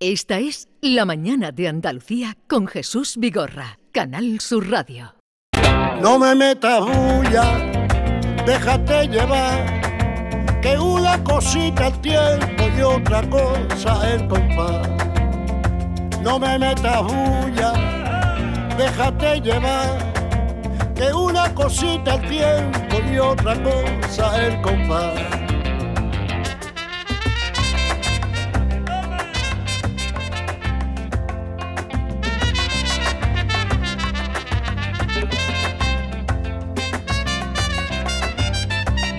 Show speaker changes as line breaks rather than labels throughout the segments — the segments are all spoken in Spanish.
Esta es La Mañana de Andalucía con Jesús Vigorra, Canal Sur Radio.
No me metas bulla, déjate llevar, que una cosita el tiempo y otra cosa el compás. No me metas bulla, déjate llevar, que una cosita el tiempo y otra cosa el compás.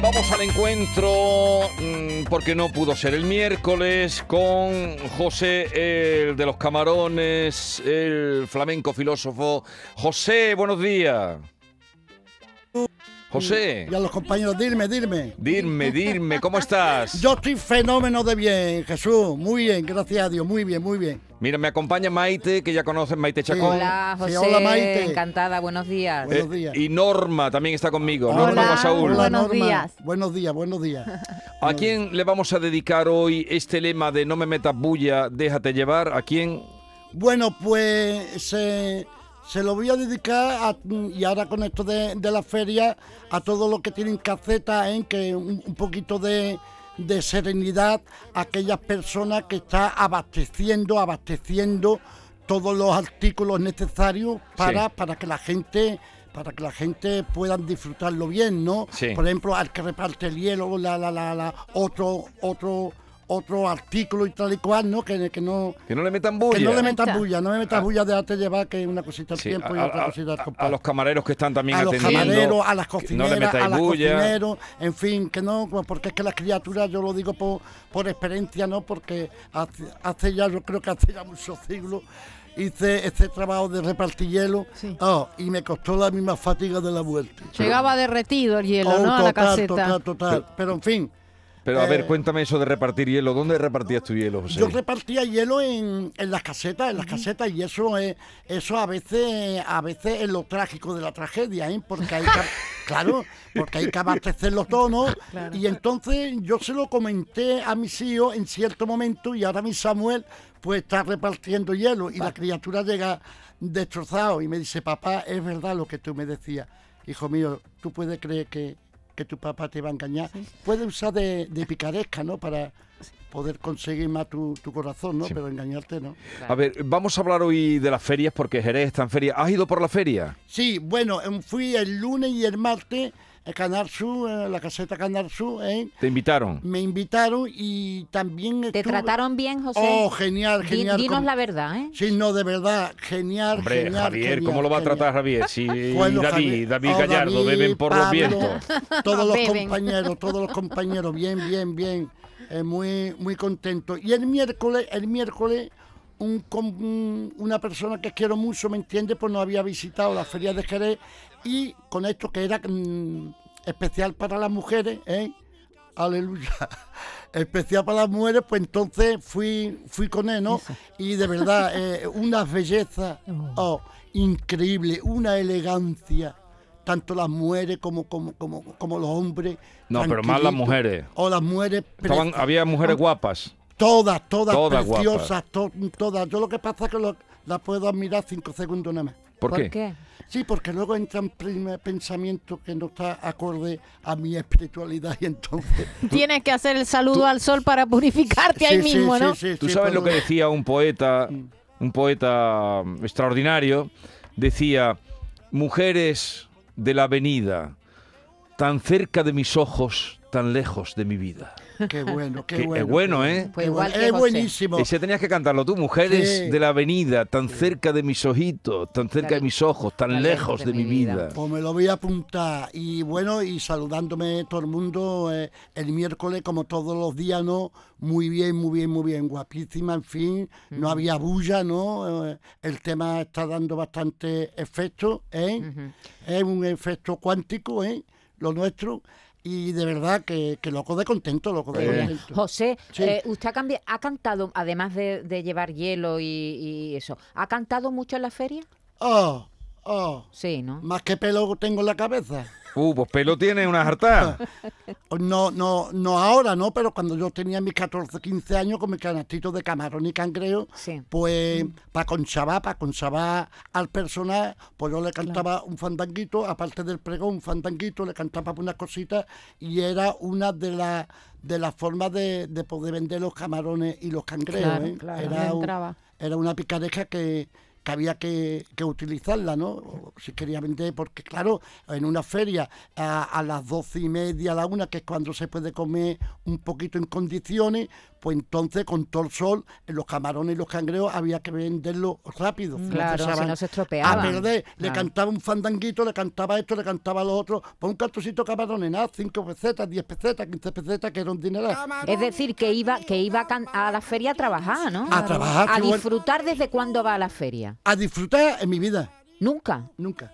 Vamos al encuentro, mm, porque no pudo ser el miércoles, con José, el de los camarones, el flamenco filósofo. José, buenos días. José,
Y a los compañeros, dime, dime.
dirme, dirme, ¿cómo estás?
Yo estoy fenómeno de bien, Jesús. Muy bien, gracias a Dios. Muy bien, muy bien.
Mira, me acompaña Maite, que ya conoces, Maite Chacón.
Hola,
Sí,
José.
hola, Maite.
Encantada, buenos días.
Buenos días.
Eh, Y Norma también está conmigo,
Hola,
Norma Guasaúl.
Hola,
buenos días.
Buenos días, buenos días.
¿A quién le vamos a dedicar hoy este lema de no me metas bulla, déjate llevar? ¿A quién?
Bueno, pues se, se lo voy a dedicar, a- y ahora con esto de, de la feria, a todo lo que tienen caseta, ¿eh? que un, un poquito de, de serenidad a aquellas personas que están abasteciendo, abasteciendo todos los artículos necesarios para,
Sí.
para que la gente para que la gente pueda disfrutarlo bien, ¿no?
Sí.
Por ejemplo, al que reparte el hielo, la, la, la, la, otro, otro, otro artículo y tal y cual, ¿no? Que, que no,
Que no le metan bulla.
que Pues no le metas
Está.
bulla, no me metas bulla, déjate llevar que una cosita al
Ah. Sí,
tiempo y
a-
otra
a-
cosita al
a-
compás.
A los camareros que están también
A los
atendiendo.
camareros, a las
que No le
cocineras,
metáis
a las
bulla.
cocineros, en fin, que no, pues, porque es que las criaturas, yo lo digo por, por experiencia, ¿no? Porque hace, hace ya, yo creo que hace ya muchos siglos, hice este trabajo de repartir hielo
Sí.
oh, y me costó la misma fatiga de la vuelta.
Llegaba derretido el hielo,
Oh,
¿no? A la
total,
caseta.
total, total. Pero en fin,
Pero a
Eh,
ver, cuéntame eso de repartir hielo. ¿Dónde repartías tu hielo, José?
Yo repartía hielo en, en las casetas, en las casetas, y eso es, eso a veces, a veces es lo trágico de la tragedia, ¿eh? porque hay que, claro, porque hay que abastecerlo todo, ¿no? Y entonces yo se lo comenté a mis hijos en cierto momento, y ahora mi Samuel pues está repartiendo hielo, y la criatura llega destrozado y me dice, papá, es verdad lo que tú me decías, hijo mío, tú puedes creer que que tu papá te va a engañar. Puede usar de, de picaresca, ¿no? Para poder conseguir más tu, tu corazón, ¿no? Pero engañarte, ¿no?
A ver, vamos a hablar hoy de las ferias porque Jerez está en feria. ¿Has ido por la feria?
Sí, bueno, em, fui el lunes y el martes a Canal Sur, eh, la caseta Canal Sur, ¿eh?
¿Te invitaron?
Me invitaron y también
¿Te
estuve-
trataron bien, José?
Oh, genial,
Di-
genial.
dinos
con-
la verdad, ¿eh?
Sí, no, de verdad, genial,
Hombre,
genial,
Javier,
genial,
¿cómo lo va a
genial.
tratar Javier? Si
Bueno,
David,
Javier-
David
oh,
Gallardo,
David,
beben por los
Pablo,
vientos.
Todos los
Beben.
compañeros, todos los compañeros, bien, bien, bien. eh, muy, muy contento. Y el miércoles, el miércoles, un, com- un- una persona que quiero mucho, ¿me entiende? Pues no había visitado la feria de Jerez y con esto que era mm, especial para las mujeres, ¿eh? Aleluya. Especial para las mujeres, pues entonces fui, fui con él, ¿no? Y de verdad, eh, una belleza oh, increíble, una elegancia. Tanto las mujeres como, como, como, como los hombres.
No, pero más las
tranquilitos.
mujeres.
O las mujeres
Estaban-
preci-
había mujeres guapas.
todas, todas,
Todas
preciosas, to- todas. Yo lo que pasa es que lo- las puedo admirar cinco segundos nada más.
¿Por, qué?
Sí, porque luego entran prim- pensamientos que no está acorde a mi espiritualidad y entonces...
Tienes que hacer el saludo al sol para purificarte ahí
Sí, sí,
mismo,
sí,
¿no?
sí,
Tú
sí,
sabes
todo. Mm.
lo que decía un poeta, un poeta mm, extraordinario, decía, mujeres de la avenida, tan cerca de mis ojos, tan lejos de mi vida.
Qué bueno, qué
Que
bueno.
es bueno, ¿eh?
Pues
Qué
igual
bueno.
que
es
José.
buenísimo.
Ese tenías que cantarlo tú, mujeres
Sí.
de la avenida, tan cerca de mis ojitos, tan cerca de mis ojos, tan lejos de, mi vida.
Pues me lo voy a apuntar. Y bueno, y saludándome todo el mundo eh, el miércoles, como todos los días, ¿no? Muy bien, muy bien, muy bien. Guapísima, en fin. No había bulla, ¿no? Eh, el tema está dando bastante efecto, ¿eh? Es un efecto cuántico, ¿eh? Lo nuestro. Y de verdad que, que loco de contento, loco de
Eh.
contento.
José,
Sí.
eh, usted ha, cambi- ha cantado, además de, de llevar hielo y, y eso, ¿ha cantado mucho en la feria?
Oh, Oh,
Sí, ¿no?
más que pelo tengo en la cabeza.
Uh, pues pelo tiene una hartada.
No, no, no ahora, ¿no? Pero cuando yo tenía mis 14, 15 años con mis canastitos de camarón y cangreo,
Sí.
pues
Mm.
para conchabar, para conchabar al personal, pues yo le cantaba un fandanguito, aparte del pregón, un fandanguito, le cantaba unas cositas y era una de las de las formas de, de poder vender los camarones y los cangreos.
Claro,
¿eh?
claro.
Era,
Le
un-
entraba.
era una picaresca que, que había que, que utilizarla, ¿no? O Si quería vender, porque claro, en una feria a, a las doce y media, a la una, que es cuando se puede comer un poquito en condiciones, pues entonces con todo el sol, los camarones y los cangreos había que venderlos rápido. si no
Mm,
Ah,
Claro,
empezaban
si no se
A
estropeaban.
perder, le
Claro.
cantaba un fandanguito, le cantaba esto, le cantaba lo otro, pon un cartocito de camarones, nada, cinco pesetas, 10 pesetas, 15 pesetas, que era un dineral.
Es decir, que iba, que iba a, can- a la feria a trabajar, ¿no?
A trabajar,
A
qué bueno.
disfrutar desde cuándo va a la feria.
A disfrutar en mi vida,
Nunca,
nunca,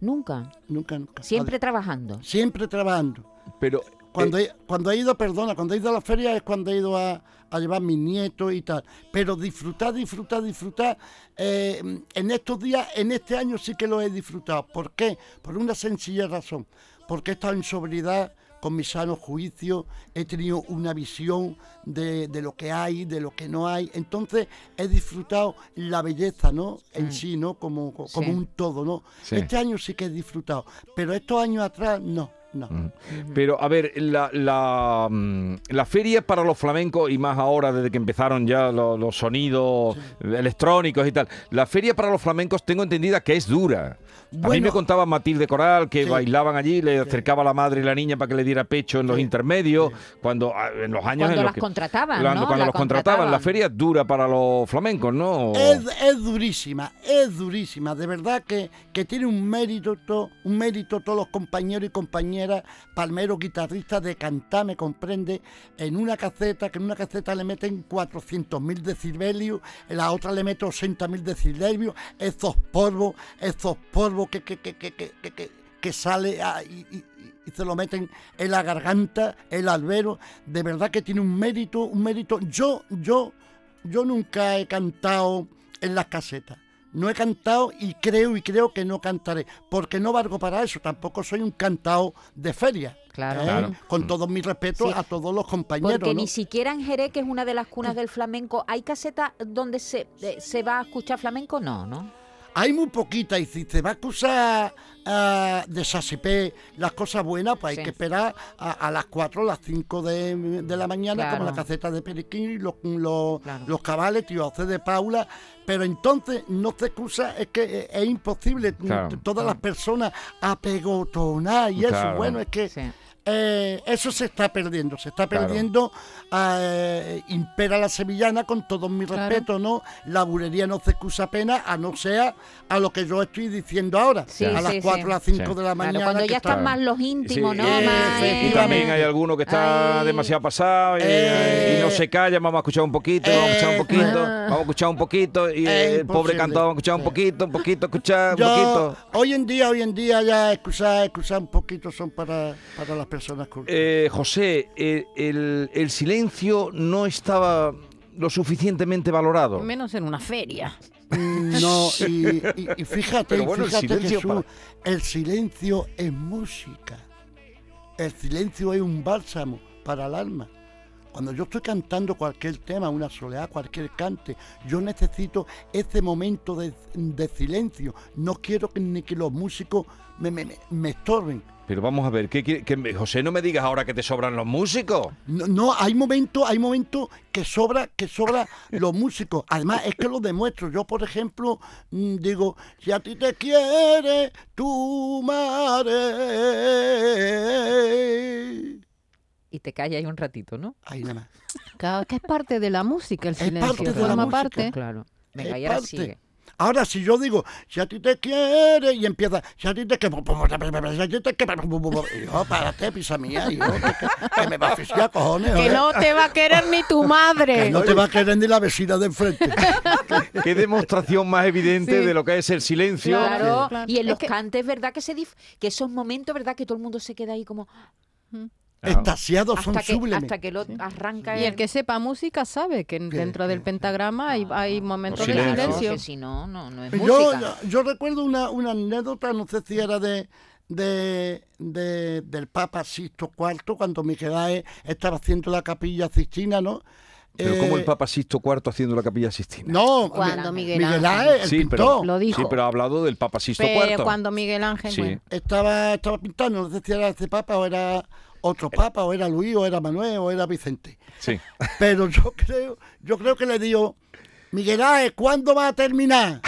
nunca.
nunca, nunca.
Siempre trabajando.
Siempre trabajando.
Pero
Cuando, he, cuando he ido, perdona, cuando he ido a la feria es cuando he ido a, a llevar a mis nietos y tal. Pero disfrutar, disfrutar, disfrutar. eh, en estos días, en este año sí que lo he disfrutado. ¿Por qué? Por una sencilla razón. Porque he estado en sobriedad, con mis sanos juicios, he tenido una visión de, de lo que hay, de lo que no hay. Entonces he disfrutado la belleza, ¿no? En sí, ¿no? Como, como
Sí.
un todo, ¿no?
Sí.
Este año sí que he disfrutado. Pero estos años atrás, no, no.
Pero, a ver, la, la, mm, la feria para los flamencos, y más ahora desde que empezaron ya lo- los, sonidos electrónicos y tal, la feria para los flamencos tengo entendida que es dura. a mí
Bueno.
me contaba Matilde Coral que
Sí.
bailaban allí, le acercaba la madre y la niña para que le diera pecho en los
Sí.
intermedios, cuando ah, en los años
Cuando
en los
las contrataban,
cuando,
¿no?
cuando
La
los contrataban, la
contrataban.
feria es dura para los flamencos, ¿no?
Es, es durísima, es durísima. De verdad que, que tiene un mérito, to- un mérito todos los compañeros y compañeras, palmeros, guitarristas, de cantar, me comprende, en una caseta, que en una caseta le meten 400.000 decibelios, en la otra le meten 80.000 decibelios, esos polvos, esos polvos que, que, que, que, que, que, que- que sale ah, y, y- y se lo meten en la garganta, el albero, de verdad que tiene un mérito, un mérito. Yo, yo, yo nunca he cantado en las casetas. No he cantado y creo y creo que no cantaré, porque no valgo para eso. Tampoco soy un cantado de feria.
Claro.
¿eh?
Claro.
Con todo mi respeto
Sí.
a todos los compañeros.
Porque
¿no? Mm.
ni siquiera en Jerez, que es una de las cunas del flamenco, ¿hay caseta donde se, eh, se va a escuchar flamenco? No, ¿no?
Hay muy poquita y si te va a acusar ah, de sasipé las cosas buenas, pues
Sí.
hay que esperar a, a las 4 las 5 de, de la mañana, como la
Claro.
caseta de Periquín, los, los,
Claro.
los cabales, tío José de Paula. Pero entonces no te excusa, es que eh, es imposible.
Claro.
Todas las personas apegotonar y
Claro.
eso, bueno, es que...
Sí.
eh, eso se está perdiendo, se está
Claro.
perdiendo. eh, impera la sevillana con todo mi
Claro.
respeto respeto, ¿no? La bulería no se excusa apenas, a no sea a lo que yo estoy diciendo ahora,
Sí,
a las
sí,
4
sí.
o las 5
Sí.
de la mañana.
Claro, cuando
que
ya
está-
están más los íntimos,
Sí,
¿no?
eh,
Más,
eh,
y también hay alguno que está
Ay.
demasiado pasado y,
Eh.
y no se calla. Vamos a escuchar un poquito, vamos a escuchar un
Eh.
poquito, vamos a escuchar un poquito. Y
Eh,
el pobre
imposible.
cantado, vamos a escuchar un
Sí.
poquito, un poquito, escuchar un
Yo-
poquito.
hoy en día, hoy en día ya excusar, excusar un poquito son para, para las personas cultas.
Eh, José, eh, el, el silencio no estaba lo suficientemente valorado.
Menos en una feria.
Mm, No, y, y- y fíjate,
Pero bueno, el
fíjate
silencio
Jesús, el silencio es música. El silencio es un bálsamo para el alma. Cuando yo estoy cantando cualquier tema, una soledad, cualquier cante, yo necesito ese momento de, de silencio. No quiero que, ni que los músicos me, me, me- me estorben.
Pero vamos a ver, ¿qué, quiere- que me- José, no me digas ahora que te sobran los músicos.
No, no, hay momentos, hay momentos que sobra, que sobra los músicos. Además, es que lo demuestro. Yo, por ejemplo, mm, digo, si a ti te quiere tu madre.
Y te callas ahí un ratito, ¿no?
Ahí nada más.
Claro, que es parte de la música el
Es parte
silencio.
de la
forma
música.
parte.
Claro. Venga,
Es
y ahora
parte.
sigue.
Ahora, si yo digo, si a ti te quiere, y empieza, si a ti te quiere, si a ti te quiere, y yo, párate, pisa mía, y yo, que, que me va a asfixiar, cojones.
Que
¿eh?
no te va a querer ni tu
Que
eh.
madre.
no te va a querer ni la vecina de enfrente.
Qué demostración más evidente
Sí.
de lo que es el silencio.
Claro,
Claro.
y en
Es
los
que-
cantes, ¿verdad? Que se dif- que esos momentos, ¿verdad? Que todo el mundo se queda ahí como...
Claro.
Extasiados Oh, son
Hasta que,
sublimes.
hasta que lo arranca
Y el que sepa música sabe que dentro del pentagrama hay, hay momentos de
silencios.
silencio.
que si no, no, no es
Yo,
música.
yo recuerdo una, una anécdota, no sé si era de, de- de- del Papa Sixto IV, cuando Miqueláez estaba haciendo la capilla Sistina, ¿no?
Pero como el
Eh,
Papa Sisto IV haciendo la capilla Sistina.
No,
Cuando
Mi-
Miguel
Ángel, el
sí, pero,
pintor,
Lo dijo.
sí, pero ha hablado del Papa Sisto
Pero
IV.
cuando Miguel Ángel.
Sí.
bueno.
estaba, estaba pintando, no sé si era ese Papa o era otro Papa, o era Luis, o era Manuel, o era Vicente.
Sí.
Pero yo creo, yo creo que le digo, Miguel Ángel, ¿cuándo va a terminar?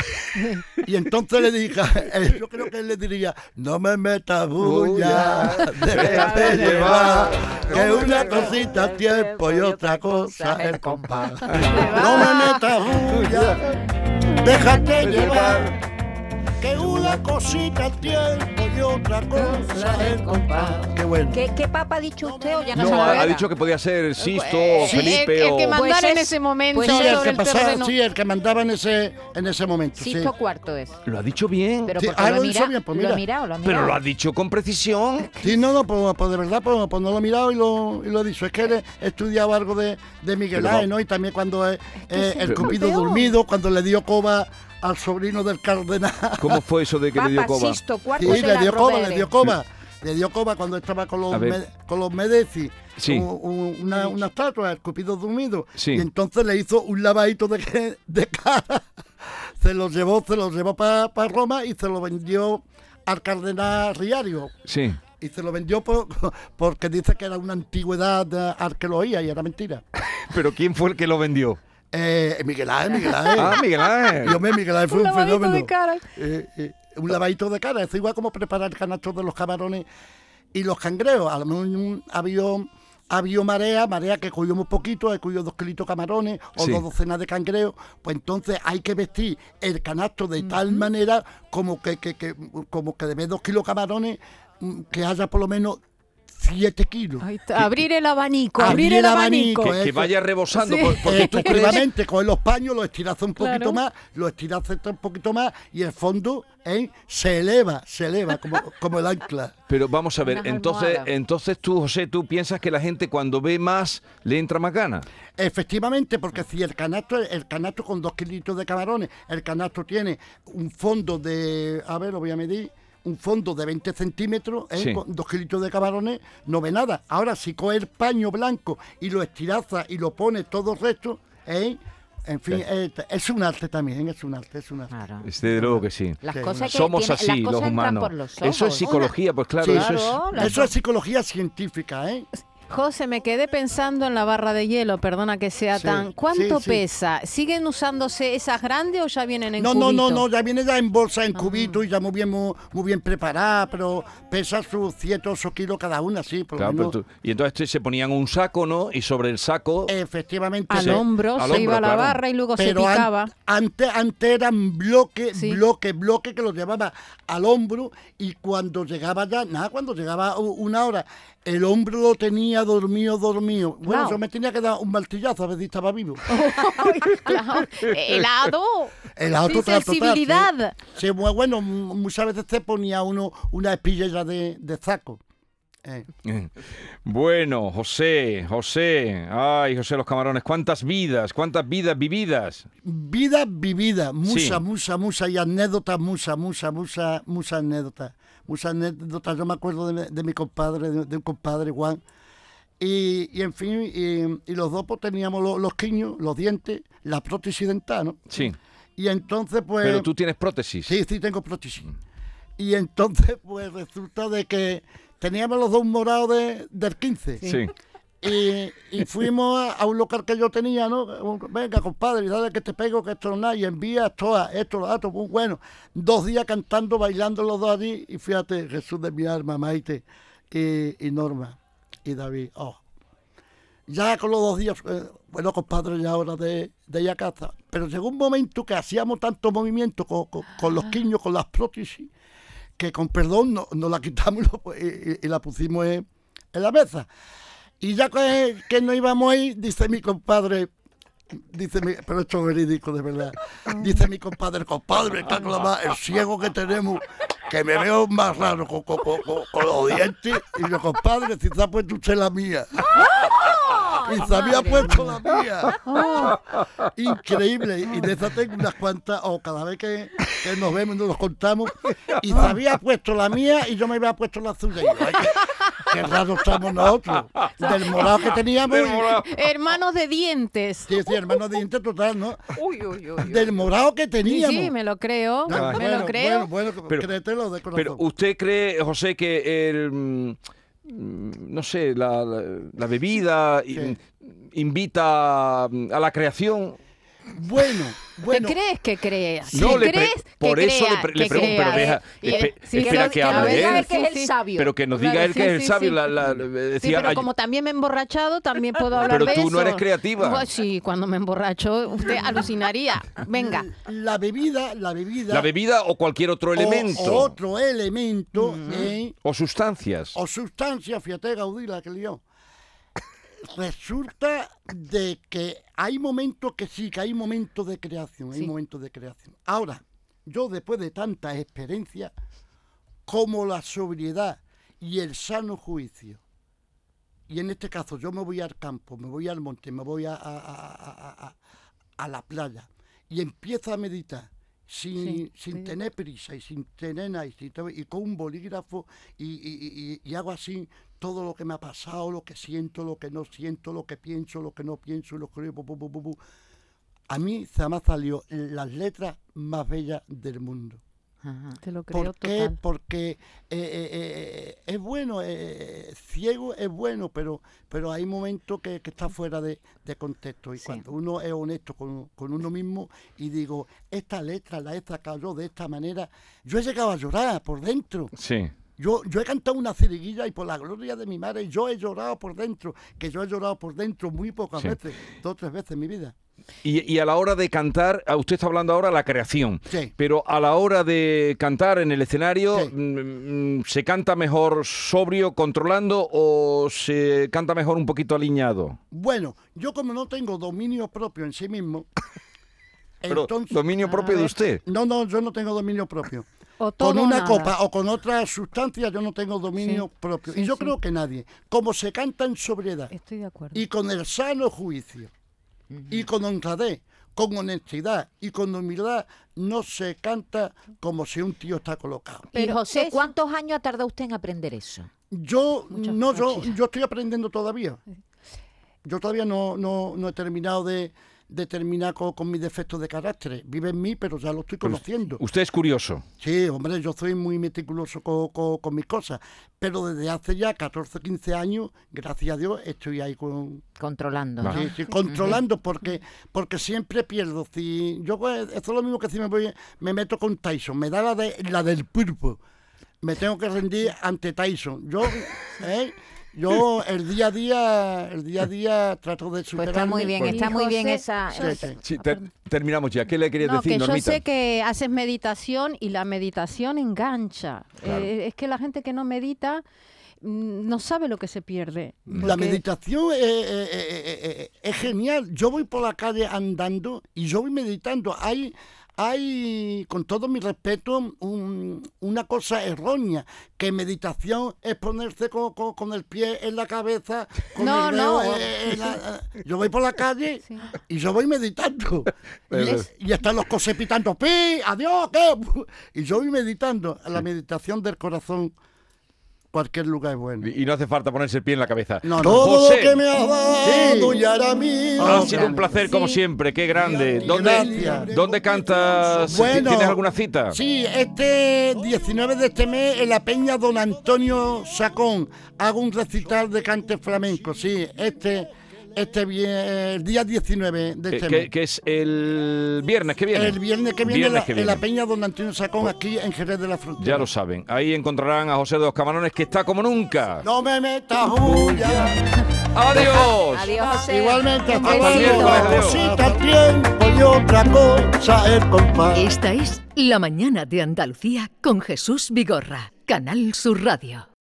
Y entonces le dije, yo creo que él le diría, no me metas bulla, déjate llevar, que una cosita es tiempo y otra cosa es compás. No me metas bulla, déjate llevar, que una cosita es tiempo y otra cosa es compás. Qué bueno.
¿Qué, ¿Qué papa ha dicho usted o ya no,
No,
se
ha,
acuerda?
ha dicho que podía ser Sisto o
Sí, el-
Felipe
el, que
o...
mandara
Pues
en
es-
ese momento
pues
Sí, el
sobre
que
el
pasaba,
terreno.
sí, el que mandaba en ese, en ese momento. sí.
Sisto cuarto es.
Lo ha dicho bien.
Pero
Sí,
porque
ah,
lo,
lo
he
hizo
mirado,
bien, pues
lo he
mira.
mirado, lo he
Pero
mirado.
lo ha dicho con precisión.
Sí, no, no, pues, pues de verdad, pues, pues no lo he mirado y lo, y lo he dicho. Es que he he estudiado algo de, de Miguel
Pero
Ángel,
no.
¿no? Y también cuando eh, eh,
se
el
hizo
Cupido
peor.
dormido, cuando le dio coba al sobrino del cardenal.
¿Cómo fue eso de que le dio
Papa
coba?
Sisto cuarto
Sí,
de
le
la
dio coba, le
Rovere.
dio coba. Le dio coba cuando estaba con
A
los,
ver.
Med- con los Medeci,
Sí.
un- un- una, una estatua, el Cupido dormido.
Sí.
Y entonces le hizo un lavadito de, de cara. Se lo llevó, se lo llevó para Roma y se lo vendió al cardenal Riario.
Sí.
Y se lo vendió por- porque dice que era una antigüedad eh, arqueología y era mentira.
Pero ¿quién fue el que lo vendió?
Eh, Miguel Ángel, Miguel Ángel.
Ah, Miguel Ángel.
Dios mío, Miguel Ángel fue un,
lavadito
fenómeno.
de cara.
Eh, eh, un lavadito de cara. Es igual como preparar el canasto de los camarones y los cangreos. A lo mejor un- había, había marea, marea que cogió muy poquito, que cogió dos kilitos de camarones o
Sí.
dos docenas de cangreos. Pues entonces hay que vestir el canasto de tal manera como que, que, que- como que de vez dos kilos de camarones mm, que haya por lo menos siete kilos.
Ahí está, Abrir el abanico,
Abrir
abrir
el
el abanico.
abanico.
Que, que
eso.
vaya rebosando.
Sí.
por-
Eh.
Porque tú Eh, crees...
Efectivamente, coges los paños, los estiras un poquito
Claro.
más, los estiras un poquito más y el fondo ¿eh? se eleva, se eleva como, como el ancla.
Pero vamos a ver,
Unas
entonces,
almohadas.
entonces tú, José, tú piensas que la gente cuando ve más le entra más ganas.
Efectivamente, porque si el canasto, el canasto con dos kilitos de camarones, el canasto tiene un fondo de, a ver, lo voy a medir, un fondo de 20 centímetros, ¿eh?
Sí.
con dos kilitos de camarones, no ve nada. Ahora, si coges el paño blanco y lo estiraza y lo pones todo el resto, ¿eh? en fin, eh, es un arte también, es un arte, es un arte.
Claro.
Desde luego que sí.
Las
Sí,
cosas que
Somos
tiene-
así
las
los
cosas entran
humanos.
por los ojos.
Eso es psicología, pues claro,
Sí,
eso es.
Claro, la-
Eso es psicología científica, ¿eh?
José, me quedé pensando en la barra de hielo, perdona que sea
Sí,
tan. ¿Cuánto
sí, sí.
pesa? ¿Siguen usándose esas grandes o ya vienen en
No, no, no,
cubito? Ah.
no, ya viene ya en bolsa, en cubito y ya muy bien, muy, muy bien preparada, pero pesa sus 7 o 8 kilos cada una, sí, por lo
Claro, pero
menos.
tú- y entonces se ponían un saco, ¿no? Y sobre el saco...
Eh. Efectivamente.
Al
Sí,
hombro,
al
se
hombro,
iba a la
claro.
barra y luego se
an-
picaba.
antes, antes eran bloque,
Sí.
bloque, bloque que los llevaba al hombro y cuando llegaba ya, nada, cuando llegaba u- una hora, el hombro lo tenía dormido, dormido. Bueno,
Wow.
yo me tenía que dar un martillazo a ver si estaba vivo.
Oh, Helado.
El auto
Sin sensibilidad.
Sí, muy bueno, mu- muchas veces te ponía uno una espillera de, de saco. Eh,
Bueno, José, José, ay, José los camarones, cuántas vidas, cuántas vidas vividas.
vida vivida, musa,
Sí.
musa, musa, y anécdotas, musa, musa, musa, musa anécdotas. Muchas anécdotas, yo me acuerdo de, mi- de mi compadre, de, de un compadre, Juan. Y, y en fin, y, y los dos pues, teníamos lo- los quiños, los dientes, la prótesis dental, ¿no?
Sí,
Y entonces, pues...
pero tú tienes prótesis.
Sí, sí, tengo prótesis. Y entonces, pues resulta de que teníamos los dos morados de- del 15.
Sí.
Y, y fuimos a, a un local que yo tenía, ¿no? Un- Venga, compadre, dale que te pego, que esto no es nada. Y envía esto, a- esto, lo datos, muy bueno. Dos días cantando, bailando los dos allí. Y fíjate, Jesús de mi alma, Maite y, y Norma y David. Oh. Ya con los dos días, eh, bueno, compadre, ya hora de, de ir a casa. Pero llegó un momento que hacíamos tanto movimiento con, con- con los quiños, con las prótesis, que con perdón no- nos la quitamos y, lo- y- y- y la pusimos en, en la mesa. Y ya que, que no íbamos ahí, dice mi compadre, dice mi, pero esto es verídico de verdad, dice mi compadre, compadre, está clavado, el ciego que tenemos, que me veo más raro con, con- con- con- con los dientes. Y yo, compadre, si te ha puesto usted la mía. Y se había puesto la mía. Increíble. Y de esa tengo unas cuantas, o cada vez que, que nos vemos y nos contamos. Y se había puesto la mía y yo me había puesto la suya. Y yo, ay, qué, qué raro estamos nosotros. Del morado que teníamos.
Del morado.
Hermanos de dientes.
Sí, sí, hermano de diente total, ¿no?
Uy, uy, uy.
Del morado que
Sí,
teníamos.
sí, me lo creo.
Ah,
me
bueno,
lo creo.
Bueno, bueno,
Pero-
créetelo de corazón.
Pero uh, usted cree, José, que el, mm, mm, no sé, la, la- la bebida in- invita mm, a la creación.
Bueno, bueno.
¿Te crees que creas?
No,
¿Te
le pre-
crees que
por eso le
creas,
pre- le
que
pregunto, pero
creas?
deja-
Y-
espe-
sí,
espera que
lo
hable
diga
él.
el que es
Sí,
el
sí.
sabio.
Pero que nos diga
Claro,
él
sí,
que es el
sí,
sabio.
sí.
la- la- eh,
Sí,
decía,
pero
ay,
como también me he emborrachado, también puedo hablar
Pero
de
tú no
eso.
eres creativa.
Pues sí, cuando me emborracho, usted alucinaría. Venga.
La bebida, la bebida.
la bebida o cualquier otro
o-
elemento.
O, otro elemento, ¿eh?
O sustancias.
o sustancia, fíjate, Gaudí, la que lió. Resulta de que hay momentos que sí, que hay momentos de creación, hay
Sí.
momentos de creación. Ahora, yo después de tantas experiencias, como la sobriedad y el sano juicio, y en este caso yo me voy al campo, me voy al monte, me voy a, a- a- a- a- a la playa y empiezo a meditar sin,
Sí,
sin
sí.
tener prisa y sin tener nada y, sin todo, y con un bolígrafo y, y- y- y hago así todo lo que me ha pasado, lo que siento, lo que no siento, lo que pienso, lo que no pienso, lo que creo, bu, bu, bu, bu, bu. A mí se me han salido las letras más bellas del mundo.
Te lo creo
¿Por qué?
total.
Porque eh, eh, eh, es bueno, eh, ciego es bueno, pero, pero hay momentos que, que está fuera de, de contexto. Y
Sí.
cuando uno es honesto con, con uno mismo y digo, esta letra la he sacado yo de esta manera, yo he llegado a llorar por dentro.
Sí.
Yo, yo he cantado una ceriguilla y por la gloria de mi madre yo he llorado por dentro, que yo he llorado por dentro muy pocas
Sí.
veces, dos o tres veces en mi vida.
Y, y a la hora de cantar, a usted está hablando ahora de la creación,
Sí.
pero a la hora de cantar en el escenario,
Sí.
mm, mm, ¿se canta mejor sobrio, controlando o se canta mejor un poquito aliñado?
Bueno, yo como no tengo dominio propio en sí mismo,
Pero
entonces...
dominio propio de usted.
No, no, yo no tengo dominio propio.
O todo
Con
o
una
nada.
copa o con otra sustancia yo no tengo dominio propio. y
sí,
yo
sí.
creo que nadie. Como se canta en sobriedad
Estoy de acuerdo.
y con el sano juicio y con honradez, con honestidad y con humildad, no se canta como si un tío está colocado.
Y
Pero
José,
eso-
¿cuántos años ha tardado usted en aprender eso?
Yo
Muchas
no, yo,
gracias.
yo estoy aprendiendo todavía. Yo todavía no, no, no he terminado de, de terminar con, con mis defectos de carácter. Vive en mí, pero ya lo estoy conociendo.
Usted es curioso.
Sí, hombre, yo soy muy meticuloso co- co- con, mis cosas, pero desde hace ya 14, 15 años, gracias a Dios, estoy ahí con,
Controlando.
Vale.
¿no?
sí, sí, controlando porque porque siempre pierdo. Si yo pues, esto es lo mismo que si me voy, me meto con Tyson, me da la de la del pulpo. Me tengo que rendir ante Tyson. Yo ¿eh? yo el día a día, el día a día trato de
Pues
superarme.
está muy bien, está muy bien
José-
esa...
Sí, sí.
Sí, ter- terminamos ya. ¿Qué le querías
No,
decir,
que
Normita?
yo sé que haces meditación y la meditación engancha. Eh, es que la gente que no medita mm, no sabe lo que se pierde.
La
porque-
meditación eh, eh, eh, eh, eh, es genial. Yo voy por la calle andando y yo voy meditando. Hay, hay con todo mi respeto, un- una cosa errónea, que meditación es ponerse co- co- con, el pie en la cabeza. Con
No,
el dedo,
no.
eh, en la- yo voy por la calle
Sí.
y yo voy meditando.
Es-
y, y están los coches pitando, ¡pi! ¡Adiós! ¿qué?". Y yo voy meditando. La meditación del corazón, cualquier lugar es bueno.
Y y no hace falta ponerse el pie en la cabeza.
No, no. Todo
José,
lo que me ha dado y ahora mismo.
ha sido un placer, como
Sí.
siempre. Qué grande. ¿Dónde,
Gracias.
¿dónde cantas?
Bueno.
¿Tienes alguna cita?
Sí, este 19 de este mes en la Peña Don Antonio Sacón hago un recital de cante flamenco. Sí, este, este vie- el día 19 de
Eh,
este mes.
que, que es el viernes que viene.
El viernes que viene,
Viernes
la-
que
en la
viene.
Peña Don Antonio Sacón aquí en Jerez de la Frontera.
Ya lo saben. Ahí encontrarán a José de los Camarones que está como nunca.
No me metas bulla.
¡Adiós!
Adiós, José.
Igualmente, hasta
Un besito.
luego.
Adiós.
Cosita al tiempo y otra cosa el compás.
Esta es La Mañana de Andalucía con Jesús Vigorra, Canal Sur Radio.